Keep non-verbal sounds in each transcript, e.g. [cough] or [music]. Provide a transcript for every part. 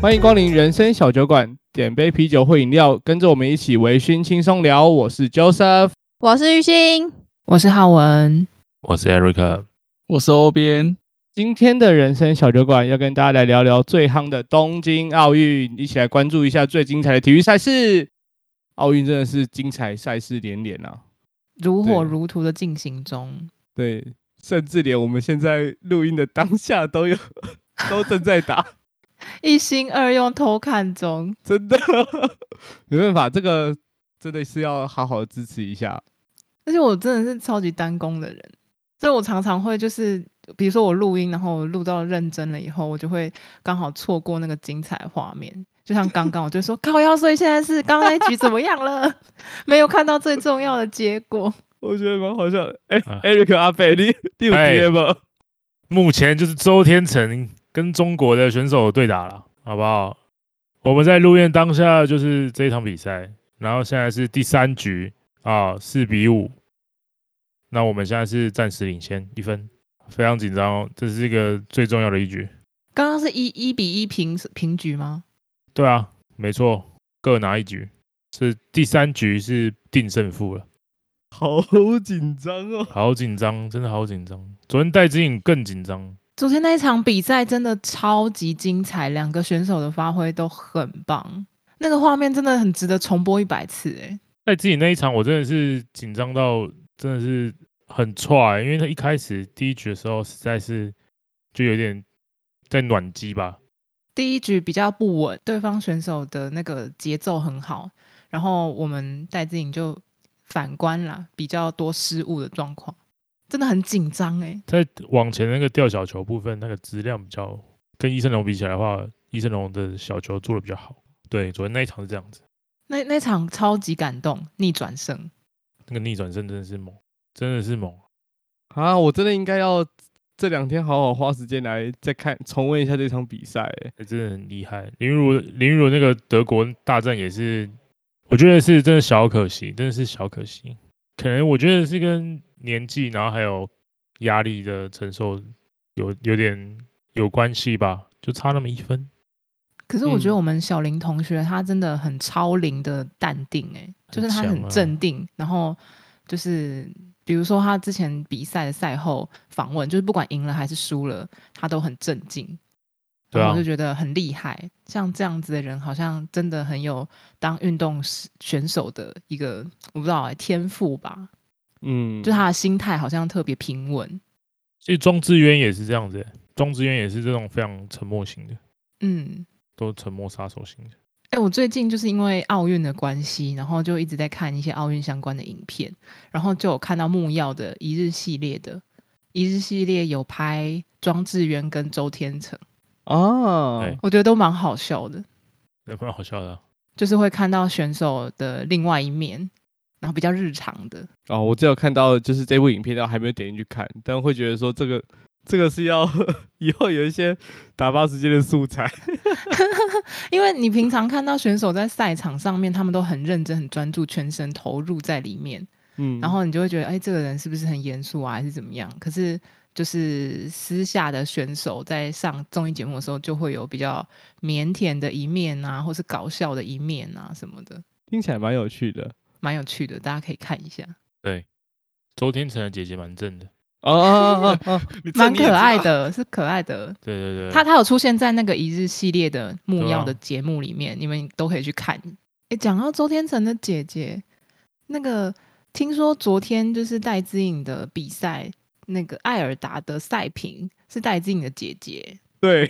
欢迎光临人生小酒馆，点杯啤酒或饮料，跟着我们一起微醺轻松聊。我是 Joseph，我是玉兴，我是浩文，我是 Eric，我是欧边。今天的人生小酒馆要跟大家来聊聊最夯的东京奥运，一起来关注一下最精彩的体育赛事。奥运真的是精彩赛事连连啊！如火如荼的进行中。对，甚至连我们现在录音的当下都有， [laughs] 都正在打，一心二用偷看中。真的没办法，这个真的是要好好支持一下。而且我真的是超级单工的人，所以我常常会就是，比如说我录音，然后我录到认真了以后，我就会刚好错过那个精彩画面。就像刚刚，我就说靠腰，所以现在是刚刚那一局怎么样了？没有看到最重要的结果。我觉得蛮好笑的。哎、啊 e r i c 阿北，你你有哎接吗？目前就是周天成跟中国的选手对打了，好不好？我们在录院当下就是这一场比赛，然后现在是第三局啊，四比五。那我们现在是暂时领先一分，非常紧张哦，这是一个最重要的一局。刚刚是一一比一平平局吗？对啊，没错，各拿一局，是第三局是定胜负了，好紧张哦！好紧张，真的好紧张。昨天戴资颖更紧张，昨天那一场比赛真的超级精彩，两个选手的发挥都很棒，那个画面真的很值得重播一百次哎、在自己那一场，我真的是紧张到真的是很踹、因为他一开始第一局的时候，实在是就有点在暖机吧。第一局比较不稳，对方选手的那个节奏很好，然后我们戴资颖就反观啦，比较多失误的状况，真的很紧张哎。在往前那个吊小球部分，那个质量比较跟伊森龙比起来的话，伊森龙的小球做的比较好。对，昨天那一场是这样子，那那场超级感动，逆转胜。那个逆转胜真的是猛，真的是猛。啊，我真的应该要这两天好好花时间来再看重温一下这场比赛欸。欸真的很厉害。林如林如那个德国大战也是，我觉得是真的小可惜，真的是小可惜。可能我觉得是跟年纪，然后还有压力的承受有有点有关系吧，就差那么一分。可是我觉得嗯我们小林同学他真的很超龄的淡定哎、就是他强很啊镇定，然后就是比如说他之前比赛的赛后访问，就是不管赢了还是输了，他都很镇静。对然后啊我就，觉得很厉害。像这样子的人，好像真的很有当运动是选手的一个我不知道、欸、天赋吧，嗯，就他的心态好像特别平稳。其实庄智渊也是这样子欸、庄智渊也是这种非常沉默型的，嗯，都沉默杀手型的。哎、我最近就是因为奥运的关系，然后就一直在看一些奥运相关的影片，然后就有看到木曜的一日系列的，一日系列有拍庄智渊跟周天成，啊，对我觉得都蛮好笑的。也蛮好笑的啊、就是会看到选手的另外一面，然后比较日常的，哦，我只有看到就是这部影片，但我还没有点进去看，但会觉得说这个这个是要 [laughs] 以后有一些打发时间的素材。因为你平常看到选手在赛场上面，他们都很认真、很专注、全神投入在里面，嗯，然后你就会觉得，哎，这个人是不是很严肃啊，还是怎么样？可是就是私下的选手在上综艺节目的时候，就会有比较腼腆的一面啊，或是搞笑的一面啊什么的，听起来蛮有趣的蛮有趣的，大家可以看一下，周天成的姐姐蛮正的， [laughs] 啊啊啊啊！蛮可爱的，是可爱的。对对对，他他有出现在那个一日系列的木对啊曜的节目里面，你们都可以去看。诶，讲到周天成的姐姐，那个听说昨天就是戴资颖的比赛，那个艾尔达的赛评是戴资颖的姐姐，对，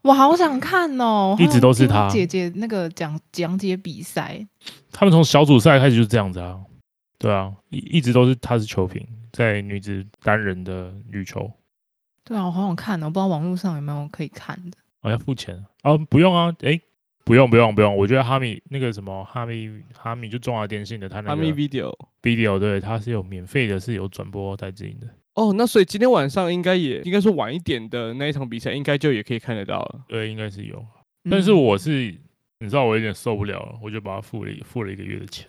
我好想看哦，一直都是好想她听姐姐那个讲讲解比赛，他们从小组赛开始就是这样子啊，对啊，一一直都是她是球评，在女子单人的羽球，对啊，我好想看哦，不知道网络上有没有可以看的。哦要付钱啊啊，不用啊，诶，不用不用不用，我觉得哈米那个什么哈米哈米就中华电信的，他那阿咪个 video。 video 对，它是有免费的，是有转播带指引的，哦，那所以今天晚上应该也应该说晚一点的那一场比赛，应该就也可以看得到了。对，应该是有，嗯但是我是你知道我有点受不了了，我就把他付了一付了一个月的钱，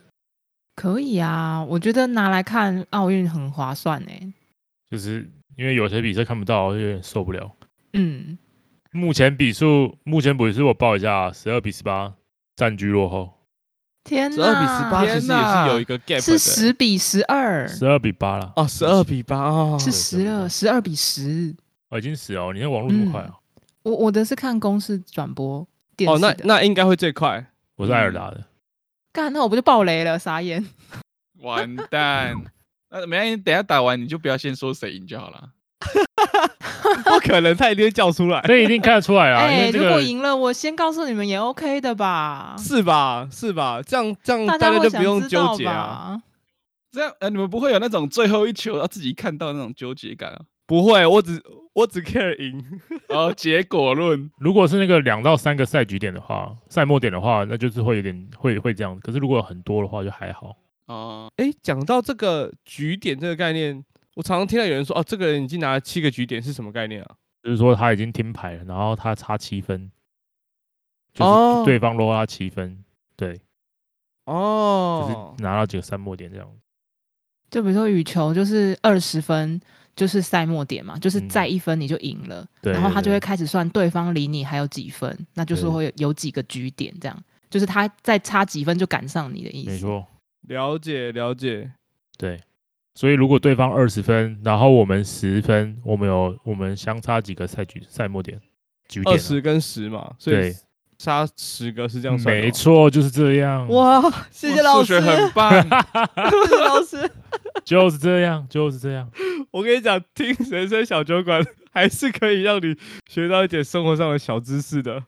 可以啊，我觉得拿来看奥运很划算哎、就是因为有些比赛看不到，我就有点受不了。嗯，目前比数，目前比数我报一下，啊十二比十八，占据落后，天十二比十八哪，其实天也哪是有一个 gap 的，是十比十二，十二比八了。哦，十二比八哦，是十对了，十二比十。哦，已经死了哦，你那网络这么快啊？嗯我我的是看公式转播电哦，视那的，那应该会最快。 [laughs] 我是爱尔达的，干那我不就爆雷了，傻眼。完蛋。那没关系，等一下打完你就不要先说谁赢就好了。不可能，他一定会叫出来，这一定看得出来啊，[laughs] 因哎、为这如果个赢了，我先告诉你们也 OK 的吧，是吧？是吧？这样这样嗯大啊家家会就不想用知纠道结啊，吧。这样呃，你们不会有那种最后一球要自己看到那种纠结感啊？不会，我只我只 care 赢， [laughs] 哦，结果论，如果是那个两到三个赛局点的话，赛末点的话，那就是会有点会会这样。可是如果有很多的话，就还好。哦，哎，讲到这个局点这个概念，我常常听到有人说，哦，这个人已经拿了七个局点，是什么概念啊？就是说他已经听牌了，然后他差七分，哦哦就是对方落他七分，对，哦哦就，是拿到几个三末点这样。就比如说羽球，就是二十分，就是赛末点嘛，就是嗯再一分你就赢了，对然后他对就会对开始算对方离你还有几分，那就是对会有有几个局点这样，就是他再差几分就赶上你的意没思。错，了解了解，对。所以如果对方二十分，然后我们十分，我们有我们相差几个赛局赛末点局点二啊、十跟十嘛，所以对，杀十个是这样算哦的吗没。错，就是这样。哇，谢数谢老师，学很谢棒，谢老师。就是这样，就是这样。我跟你讲，听人生小酒馆还是可以让你学到一点生活上的小知识的。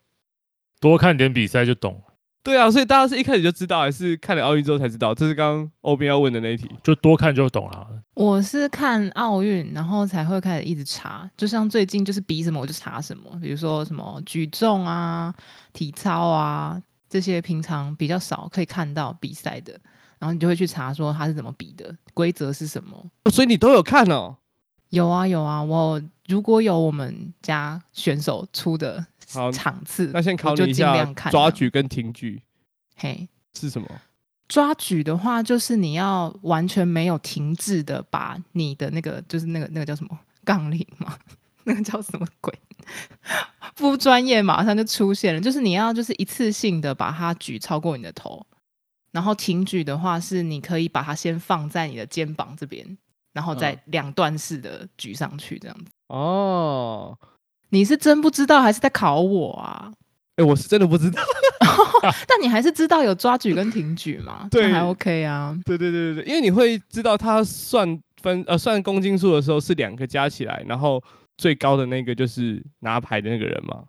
多看点比赛就懂了，对啊，所以大家是一开始就知道，还是看了奥运之后才知道？这是刚刚欧边要问的那一题。就多看就懂了。我是看奥运，然后才会开始一直查，就像最近就是比什么我就查什么，比如说什么举重啊、体操啊这些平常比较少可以看到比赛的，然后你就会去查说它是怎么比的，规则是什么。哦所以你都有看哦。有啊有啊，我如果有我们家选手出的好场次，那先考我就你一尽下量看抓啊举跟挺举嘿，是什么？抓举的话，就是你要完全没有停滞的把你的那个，就是那个那个叫什么杠铃嘛， [laughs] 那个叫什么鬼？不专业马上就出现了，就是你要就是一次性的把它举超过你的头，然后挺举的话是你可以把它先放在你的肩膀这边，然后再嗯两段式的举上去这样子。哦，你是真不知道还是在考我啊？哎、我是真的不知道。但你还是知道有抓举跟挺举嘛，对那还 OK 啊。对对对对对，因为你会知道它算分呃算公斤数的时候是两个加起来，然后最高的那个就是拿牌的那个人嘛，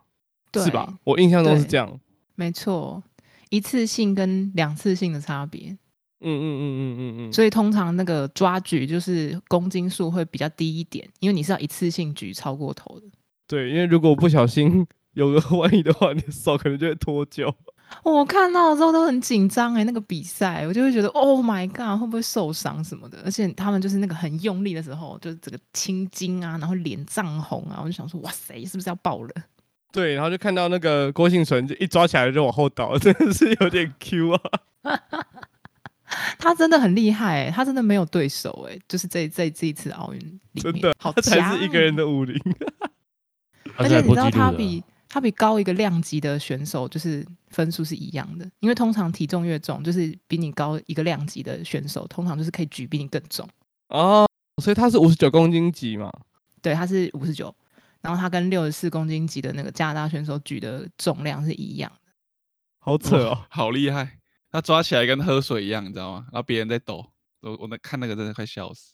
对是吧？我印象中是对这样。没错，一次性跟两次性的差别，嗯嗯嗯嗯嗯嗯。所以通常那个抓举就是公斤数会比较低一点，因为你是要一次性举超过头的。对，因为如果不小心有个万一的话，你的手可能就会脱臼。哦我看到的时候都很紧张哎，那个比赛我就会觉得 Oh my God，会不会受伤什么的？而且他们就是那个很用力的时候，就是整个青筋啊，然后脸涨红啊，我就想说哇塞，是不是要爆了？对，然后就看到那个郭幸存就一抓起来就往后倒， [laughs] 真的是有点 Q 啊。他真的很厉害哎，他真的没有对手哎，就是这这这一次奥运里面真的，好他才强是一个人的武林。而啊而且你知道他比他比高一个量级的选手就是分数是一样的，因为通常体重越重，就是比你高一个量级的选手，通常就是可以举比你更重。 [laughs] 哦，所以他是五十九公斤级嘛？对，他是五十九，然后他跟六十四公斤级的那个加拿大选手举的重量是一样的。好扯哦！好厉害！他抓起来跟喝水一样，你知道吗？然后别人在抖，我我那看那个真的快笑死。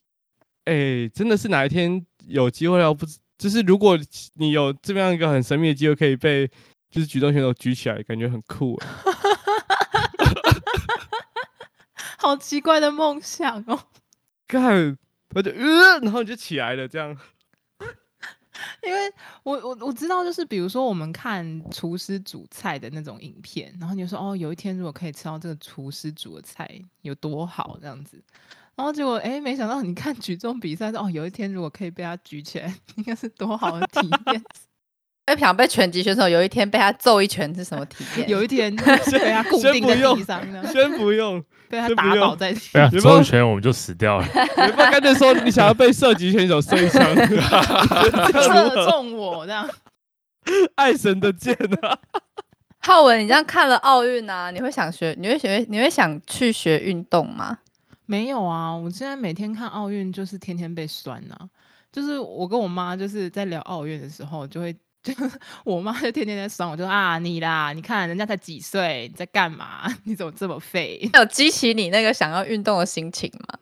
哎、真的是哪一天有机会啊要不知，就是如果你有这么样一个很神秘的机会，可以被就是举重选手举起来，感觉很酷哎。好奇怪的梦想哦！干，他就呃，然后你就起来了，这样。因为我我我知道，就是比如说我们看厨师煮菜的那种影片，然后你就说哦，有一天如果可以吃到这个厨师煮的菜有多好这样子，然后结果哎，没想到你 [laughs] 看举重比赛说哦，有一天如果可以被他举起来，应该是多好的体验。被想被拳击选手有一天被他揍一拳是什么体验？有一天被他固 [laughs] 先定不在用地上呢，先不用，被他先不打倒用在地。哎呀，你们周全我们就 [laughs] 死掉了。你不要干脆说你想要被射击选手射一 [laughs] 枪，射 [laughs] 中我这样，爱神的箭啊！浩文，你这样看了奥运啊，你会想学，你会学，你会想去学运动吗？没有啊，我现在每天看奥运就是天天被酸呐、就是我跟我妈就是在聊奥运的时候，就会 [laughs] 就我妈就天天在酸我就，说啊你啦，你看人家才几岁，你在干嘛？ [laughs] 你怎么这么废？有激起你那个想要运动的心情吗？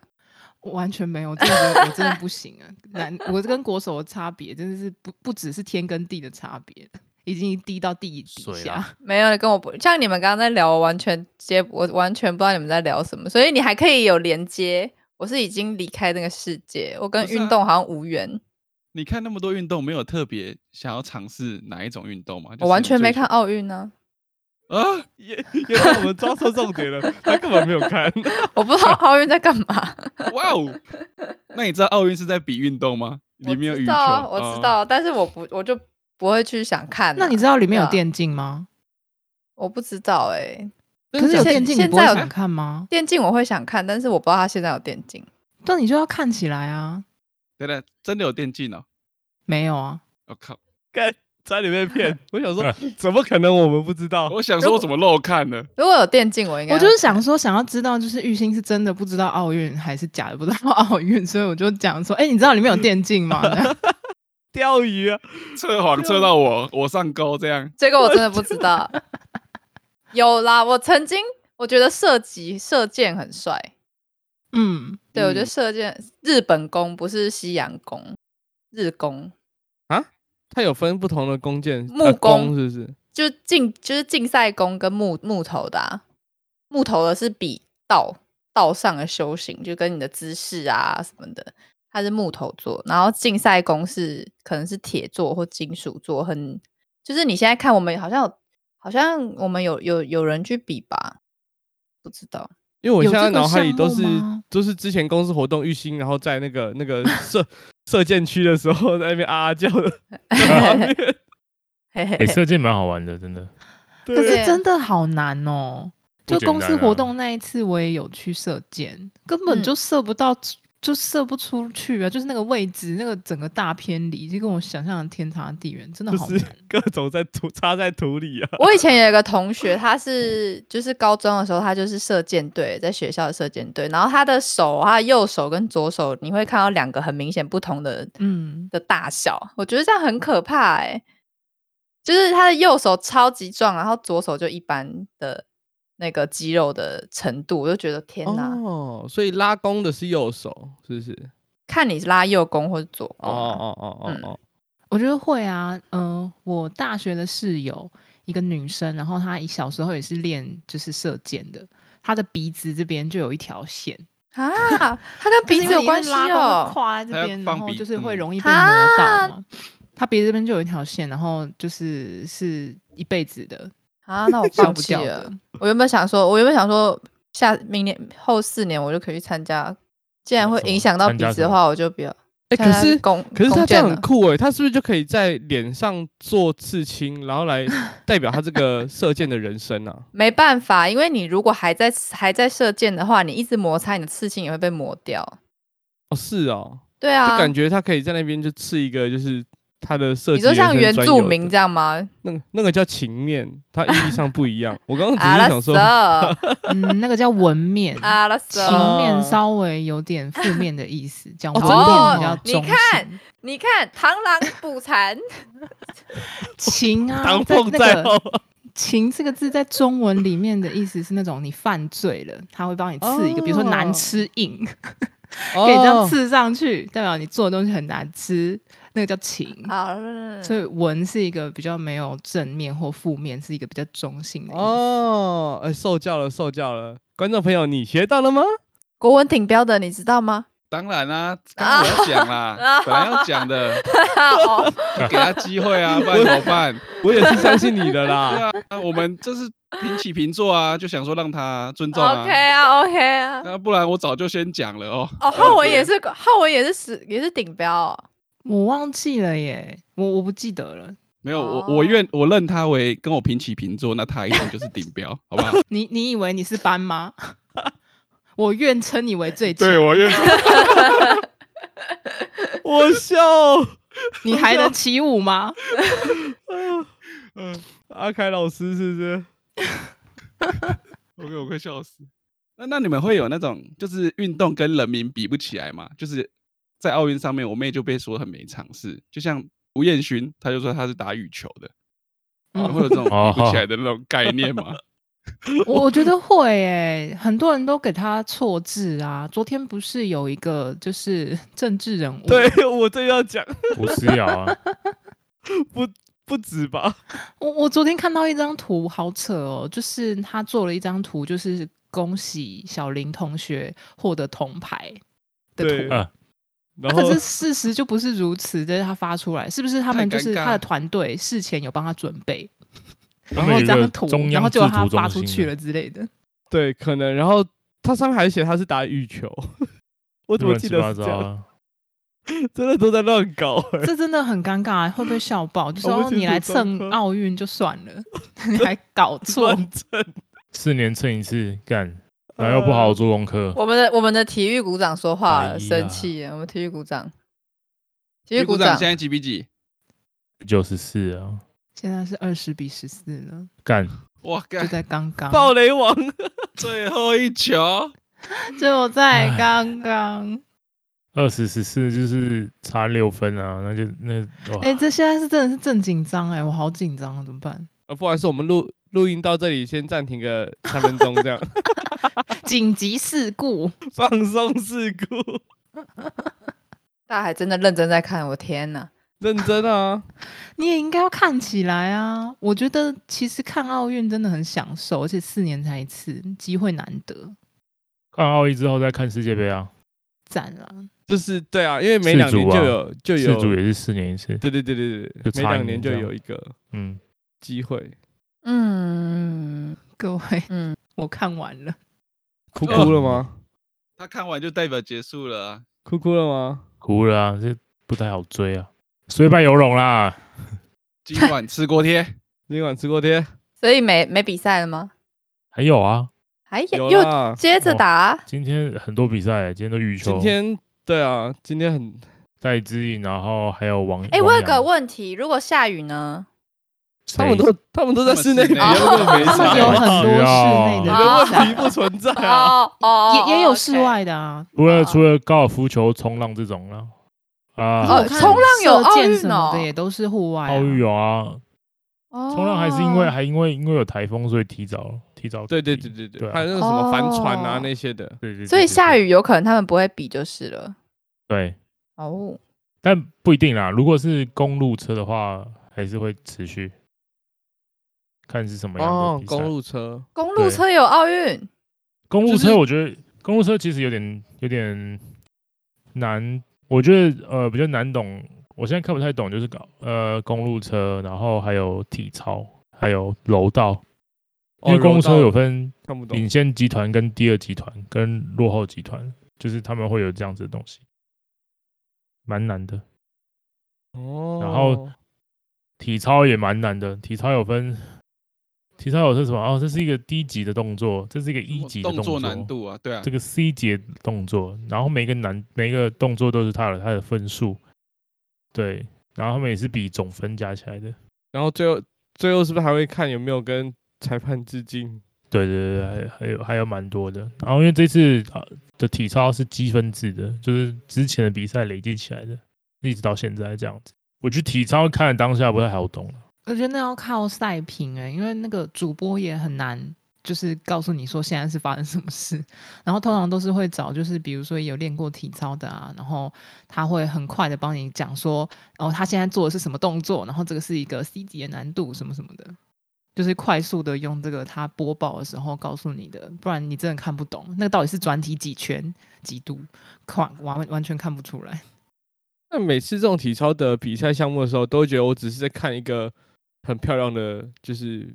我完全没有，我真的觉得我真的不行啊！难，我跟国手的差别真的是不不只是天跟地的差别，已经低到地底水下啊。没有，跟我不像你们刚刚在聊，我完全接我完全不知道你们在聊什么，所以你还可以有连接。我是已经离开那个世界，我跟不是啊运动好像无缘。你看那么多运动，没有特别想要尝试哪一种运动吗？我就是完你全没最看奥运呢、啊，也也让我们抓错重 [laughs] 点了，他根本没有看。我不知道奥运在干嘛。哇哦！那你知道奥运是在比运动吗？里面有我羽知球，道啊，我哦知。道，但是我不，我就不会去想看啊、那你知道里面有对啊电竞吗？我不知道哎、可是有现电竞你现不会在有想看吗？电竞我会想看，但是我不知道他现在有电竞。但你就要看起来啊！对对，真的有电竞哦！没有啊，我靠！干在里面骗，我想说， [laughs] 怎么可能我们不知道？我想说，我怎么漏看呢？如果有电竞，我应该我就会是想说，想要知道就是玉兴是真的不知道奥运还是假的不知道 [laughs] 奥运，所以我就讲说，哎、你知道里面有电竞吗？这样钓鱼啊，测谎测到我，我上钩这样。这个我真的不知道。有啦，我曾经我觉得射击射箭很帅，嗯，对我觉得嗯射箭日本弓不是西洋弓，日弓它有分不同的弓箭，木呃弓是不是？就是竞就是竞赛弓跟木木头的、啊，木头的是比道道上的修行，就跟你的姿势啊什么的，它是木头做，然后竞赛弓是可能是铁做或金属做，很就是你现在看我们好像有好像我们有有有人去比吧，不知道。 [laughs] 因为我有现在这个脑海里项都目是吗都是之前公司活动玉兴，然后在那个那个射 [laughs] 射箭区的时候，在那边啊啊叫的画面。嘿嘿哎，嘿，射箭蛮好玩的，真的。对，可对是真的好难哦、不就简公司单啊活动那一次，我也有去射箭，根本嗯就射不到，就射不出去啊！就是那个位置，那个整个大偏离，就跟我想象的天差地远，真的就好是难。各种在土插在土里 [laughs] 啊。我以前有一个同学，他是就是高中的时候，他就是射箭队，在学校的射箭队。然后他的手，他的右手跟左手，你会看到两个很明显不同的嗯，的大小。我觉得这样很可怕哎、就是他的右手超级壮，然后左手就一般的那个肌肉的程度，我就觉得天哪！哦，所以拉弓的是右手，是不是？看你是拉右弓或者左哦弓啊、哦哦哦嗯哦，我觉得会啊。嗯、我大学的室友一个女生，然后她小时候也是练就是射箭的，她的鼻子这边就有一条线。啊，他跟鼻子有关系哦。跨在这边，还要然放后鼻就是会嗯容易被磨到嘛。他啊鼻子这边就有一条线，然后就是是一辈子的，啊，[laughs] 那我消放不弃掉了的。。我原本想说，我原本想说下明年后四年我就可以去参加，既然会什么影响到参鼻加子什的么话，我就不要。哎，参可加是弓，可是弓他这样箭很了酷哎，他是不是就可以在脸上做刺青，然后来代表他这个射箭的人生啊？没办法，因为你如果还在还在射箭的话，你一直摩擦，你的刺青也会被磨掉。哦，是哦，对就啊，感觉他可以在那边就刺一个，就是他的设计。你说像原住民这样吗？那个那个叫情面，它意义上不一 [laughs] 样。我刚刚只阿是拉想斯说， [laughs] 啊 [laughs] 嗯，那个叫纹面，阿拉斯情， [laughs] 面稍微有点负面的意思，讲哦纹真的哦面比较你中看性。你看螳螂捕 [laughs] 蝉，情啊唐，在凤那在哦个后，情这个字在中文里面的意思是那种你犯罪了，他会帮你刺一个，比如说难哦吃硬，可哦可以这样。刺上去，代表你做的东西很难吃，那个叫情。啊好，所以文是一个比较没有正面或负面，是一个比较中性的意思。哦，哎，受教了，受教了，观众朋友，你学到了吗？国文挺标的，你知道 [laughs] 吗？当然啦，刚刚我要讲啦，本来要讲的，哦，就给他机会啊，不然怎么办？我也是相信你的对 [laughs] 啦。啊，啊我们这是平起平坐啊，就想说让他尊重啊 OK。啊，OK 啊。那不然我早就先讲了哦。哦，浩文也是，浩文也是十，也是顶标、哦。我忘记了耶，我我不记得了。没有我哦我愿我认他为跟我平起平坐，那他一定就是顶标，好不好？你你以为你是斑马？ [laughs] 我愿称你为最强，对我 [laughs] 愿我笑，你还能起舞吗？嗯阿凯老师是不是？ ，OK，我快笑死。那那你们会有那种就是运动跟人民比不起来吗？就是在奥运上面，我妹就被说很没尝试，就像吴彦勋，他就说他是打羽球的，你们会有这种哦比不起来的那种概念吗？ [laughs] 我我觉得会诶、很多人都给他错字啊。昨天不是有一个就是 [laughs] 政治人物，对我正要讲，不是要啊，不止吧？我我昨天看到一张图，好扯哦，就是他做了一张图，就是恭喜小林同学获得铜牌的对图。啊然可后是事实就不是如此，这是他发出来，是不是他太们就尴是尬他的团队事前有帮他准备，他 [laughs] 然们后有这一个张图，中然央后制结果他图发中出心去的了之类的。对，可能，然后他上面还写他是打羽球， [laughs] 我怎么乱记七得八是糟这样？啊。真的都在乱搞、欸， [laughs] 这真的很尴尬，会不会笑爆？就说搞不哦清你来楚状蹭况奥运就算了， [laughs] 你还搞错。乱整，四年蹭一次干，然后又不好好做功课，我们的我们的体育股长说话哎呀了，生气了。我们体育股长，体女育股股长现在几比几？九十四啊，现在是二十比十四了，干哇，就干在刚刚，暴雷王，最后一球，就在唉刚刚。二十十四就是差六分啊，那就那哇，哎、这现在是真的是正紧张哎，我好紧张啊，怎么办？呃，不好意思，我们录录音到这里，先暂停个三分钟，这样紧急事故，放松事故，大家还真的认真在看，我天哪！认真啊，你也应该要看起来啊！我觉得其实看奥运真的很享受，而且四年才一次，机会难得，看奥运之后再看世界杯啊，赞了。就是对啊，因为每两世年足就啊有、就世有，足也是四年一次，对对对对对，每就差一两年年就这样有一个嗯，机会，嗯各位， [laughs] 嗯，我看完 [laughs] 了，哭哦哭了吗？他看完就代表结束了啊。哭哭了吗？哭了啊，这不太好追啊，虽败犹荣啦，今晚吃锅贴，今晚吃锅贴所以没没比赛了吗？还有啊，还有有又啦，接着哦打，今天很多比赛，今天都羽今球，天对啊，今天很戴资颖，然后还有王，哎、王我有洋个问题，如果下雨 [laughs] 呢？他们都他们都在他们室内室比，内他们根本没他们差有嘛，很多室内哎你的的哦比问赛题不存在啊。哦哦也也有 OK 室外的啊。除了哦除了高尔夫球、冲浪这种啦，啊哦，我看冲浪有射奥箭运什么哦的也都是户外、啊。奥运有啊，哦冲浪还是因为还因为因为有台风，所以提早提早对对踢对对对，对啊还有那个什么帆船啊哦那些的，对对，所以下雨雨有可能他们不会比就是了。对，哦，但不一定啦。如果是公路车的话，还是会持续，看是什么样的哦比，赛公路车，公路对车有奥运，公路就是车，我觉得公路车其实有点有点难，我觉得呃比较难懂。我现在看不太懂，就是搞呃公路车，然后还有体操，还有柔道，因为哦公路车有柔道分看不懂领先集团、跟第二集团、跟落后集团，就是他们会有这样子的东西，蛮难的。哦，然后体操也蛮难的，体操有分，体操有是什么？哦，这是一个低级的动作，这是一个一级的动作作难，度啊，对啊这，个 C 级的动作，然后每个难每个动作都是它的它的分数，对，然后他们也是比总分加起来的，然后最后最后是不是还会看有没有跟裁判致敬？对对对，还还有还有蛮多的。然后因为这次啊的体操是积分制的，就是之前的比赛累积起来的，一直到现在这样子。我去体操看当下不太好懂了，我觉得那要靠赛评哎、因为那个主播也很难，就是告诉你说现在是发生什么事。 [laughs] 然后通常都是会找，就是比如说有练过体操的啊，然后他会很快的帮你讲说，哦，他现在做的是什么动作，然后这个是一个 C 级的难度什么什么的，就是快速的用这个他播报的时候告诉你的，不然你真的看不懂那个到底是转体几圈几度，看完完全看不出来。那每次这种体操的比赛项目的时候，都会觉得我只是在看一个很漂亮的，就是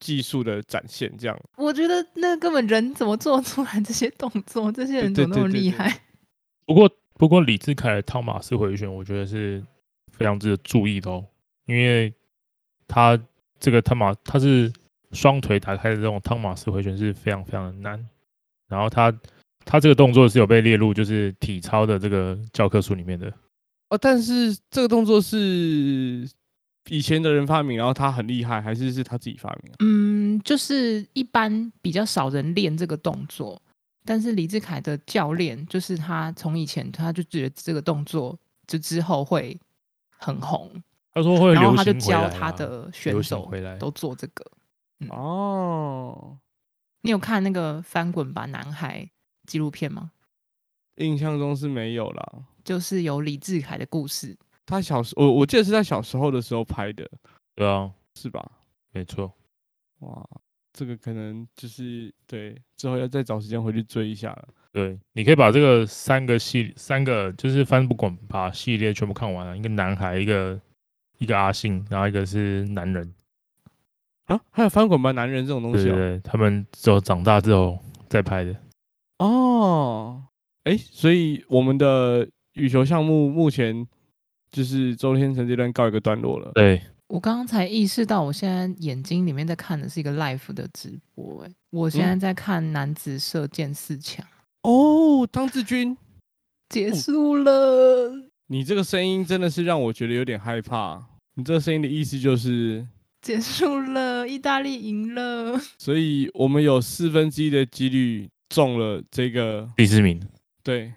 技术的展现，这样。我觉得那根本人怎么做出来这些动作？这些人对怎么那么对对厉对害？不过不过李志凯的汤马斯回旋，我觉得是非常值得注意的哦，因为他这个汤马他是双腿打开的这种汤马斯回旋是非常非常的难。然后他他这个动作是有被列入就是体操的这个教科书里面的。哦，但是这个动作是以前的人发明，然后他很厉害，还是是他自己发明啊？ [laughs] 嗯，就是一般比较少人练这个动作，但是李志凯的教练就是他从以前他就觉得这个动作就之后会很红，他说会流然后行回来、他啊就教他的选流行手回来都做这个。哦，你有看那个翻滚吧男孩纪录片吗？印象中是没有啦。就是有李志凯的故事，他小时我我记得是在小时候的时候拍的，对啊，是吧？没错。哇，这个可能就是对之后要再找时间回去追一下了。对，你可以把这个三个系三个就是翻不滚吧系列全部看完了，一个男孩，一个一个阿信，然后一个是男人，啊，还有翻滚吧男人这种东对西对哦、对，他们只有长大之后再拍的。哦，哎，所以我们的羽球项目目前就是周天成这段告一个段落了。对，我刚刚才意识到，我现在眼睛里面在看的是一个 live 的直播、欸，我现在在看男子射箭四强、哦，张志军，结束了，你这个声音真的是让我觉得有点害怕。你这个声音的意思就是，结束了，意大利赢了， [laughs] 所以我们有四分之一的几率中了这个，第四名，对，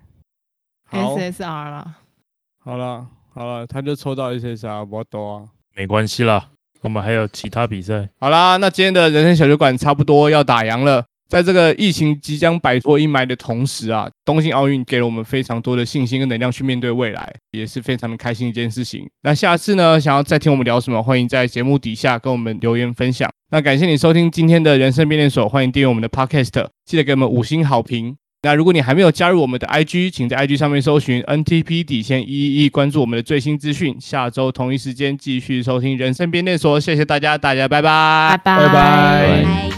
好， SSR 啦，好了，好了，他就抽到 SSR，我懂啊。没关系啦，我们还有其他比赛。好啦，那今天的人生小酒馆差不多要打烊了。在这个疫情即将摆脱阴霾的同时啊，东京奥运给了我们非常多的信心跟能量去面对未来，也是非常的开心一件事情。那下次呢，想要再听我们聊什么，欢迎在节目底下跟我们留言分享。那感谢你收听今天的人生变电所，欢迎订阅我们的 Podcast，记得给我们五星好评。那如果你还没有加入我们的 IG，请在 IG 上面搜寻 NTP 底线一一一，关注我们的最新资讯。下周同一时间继续收听人生变电所，谢谢大家，大家拜拜，拜拜拜拜。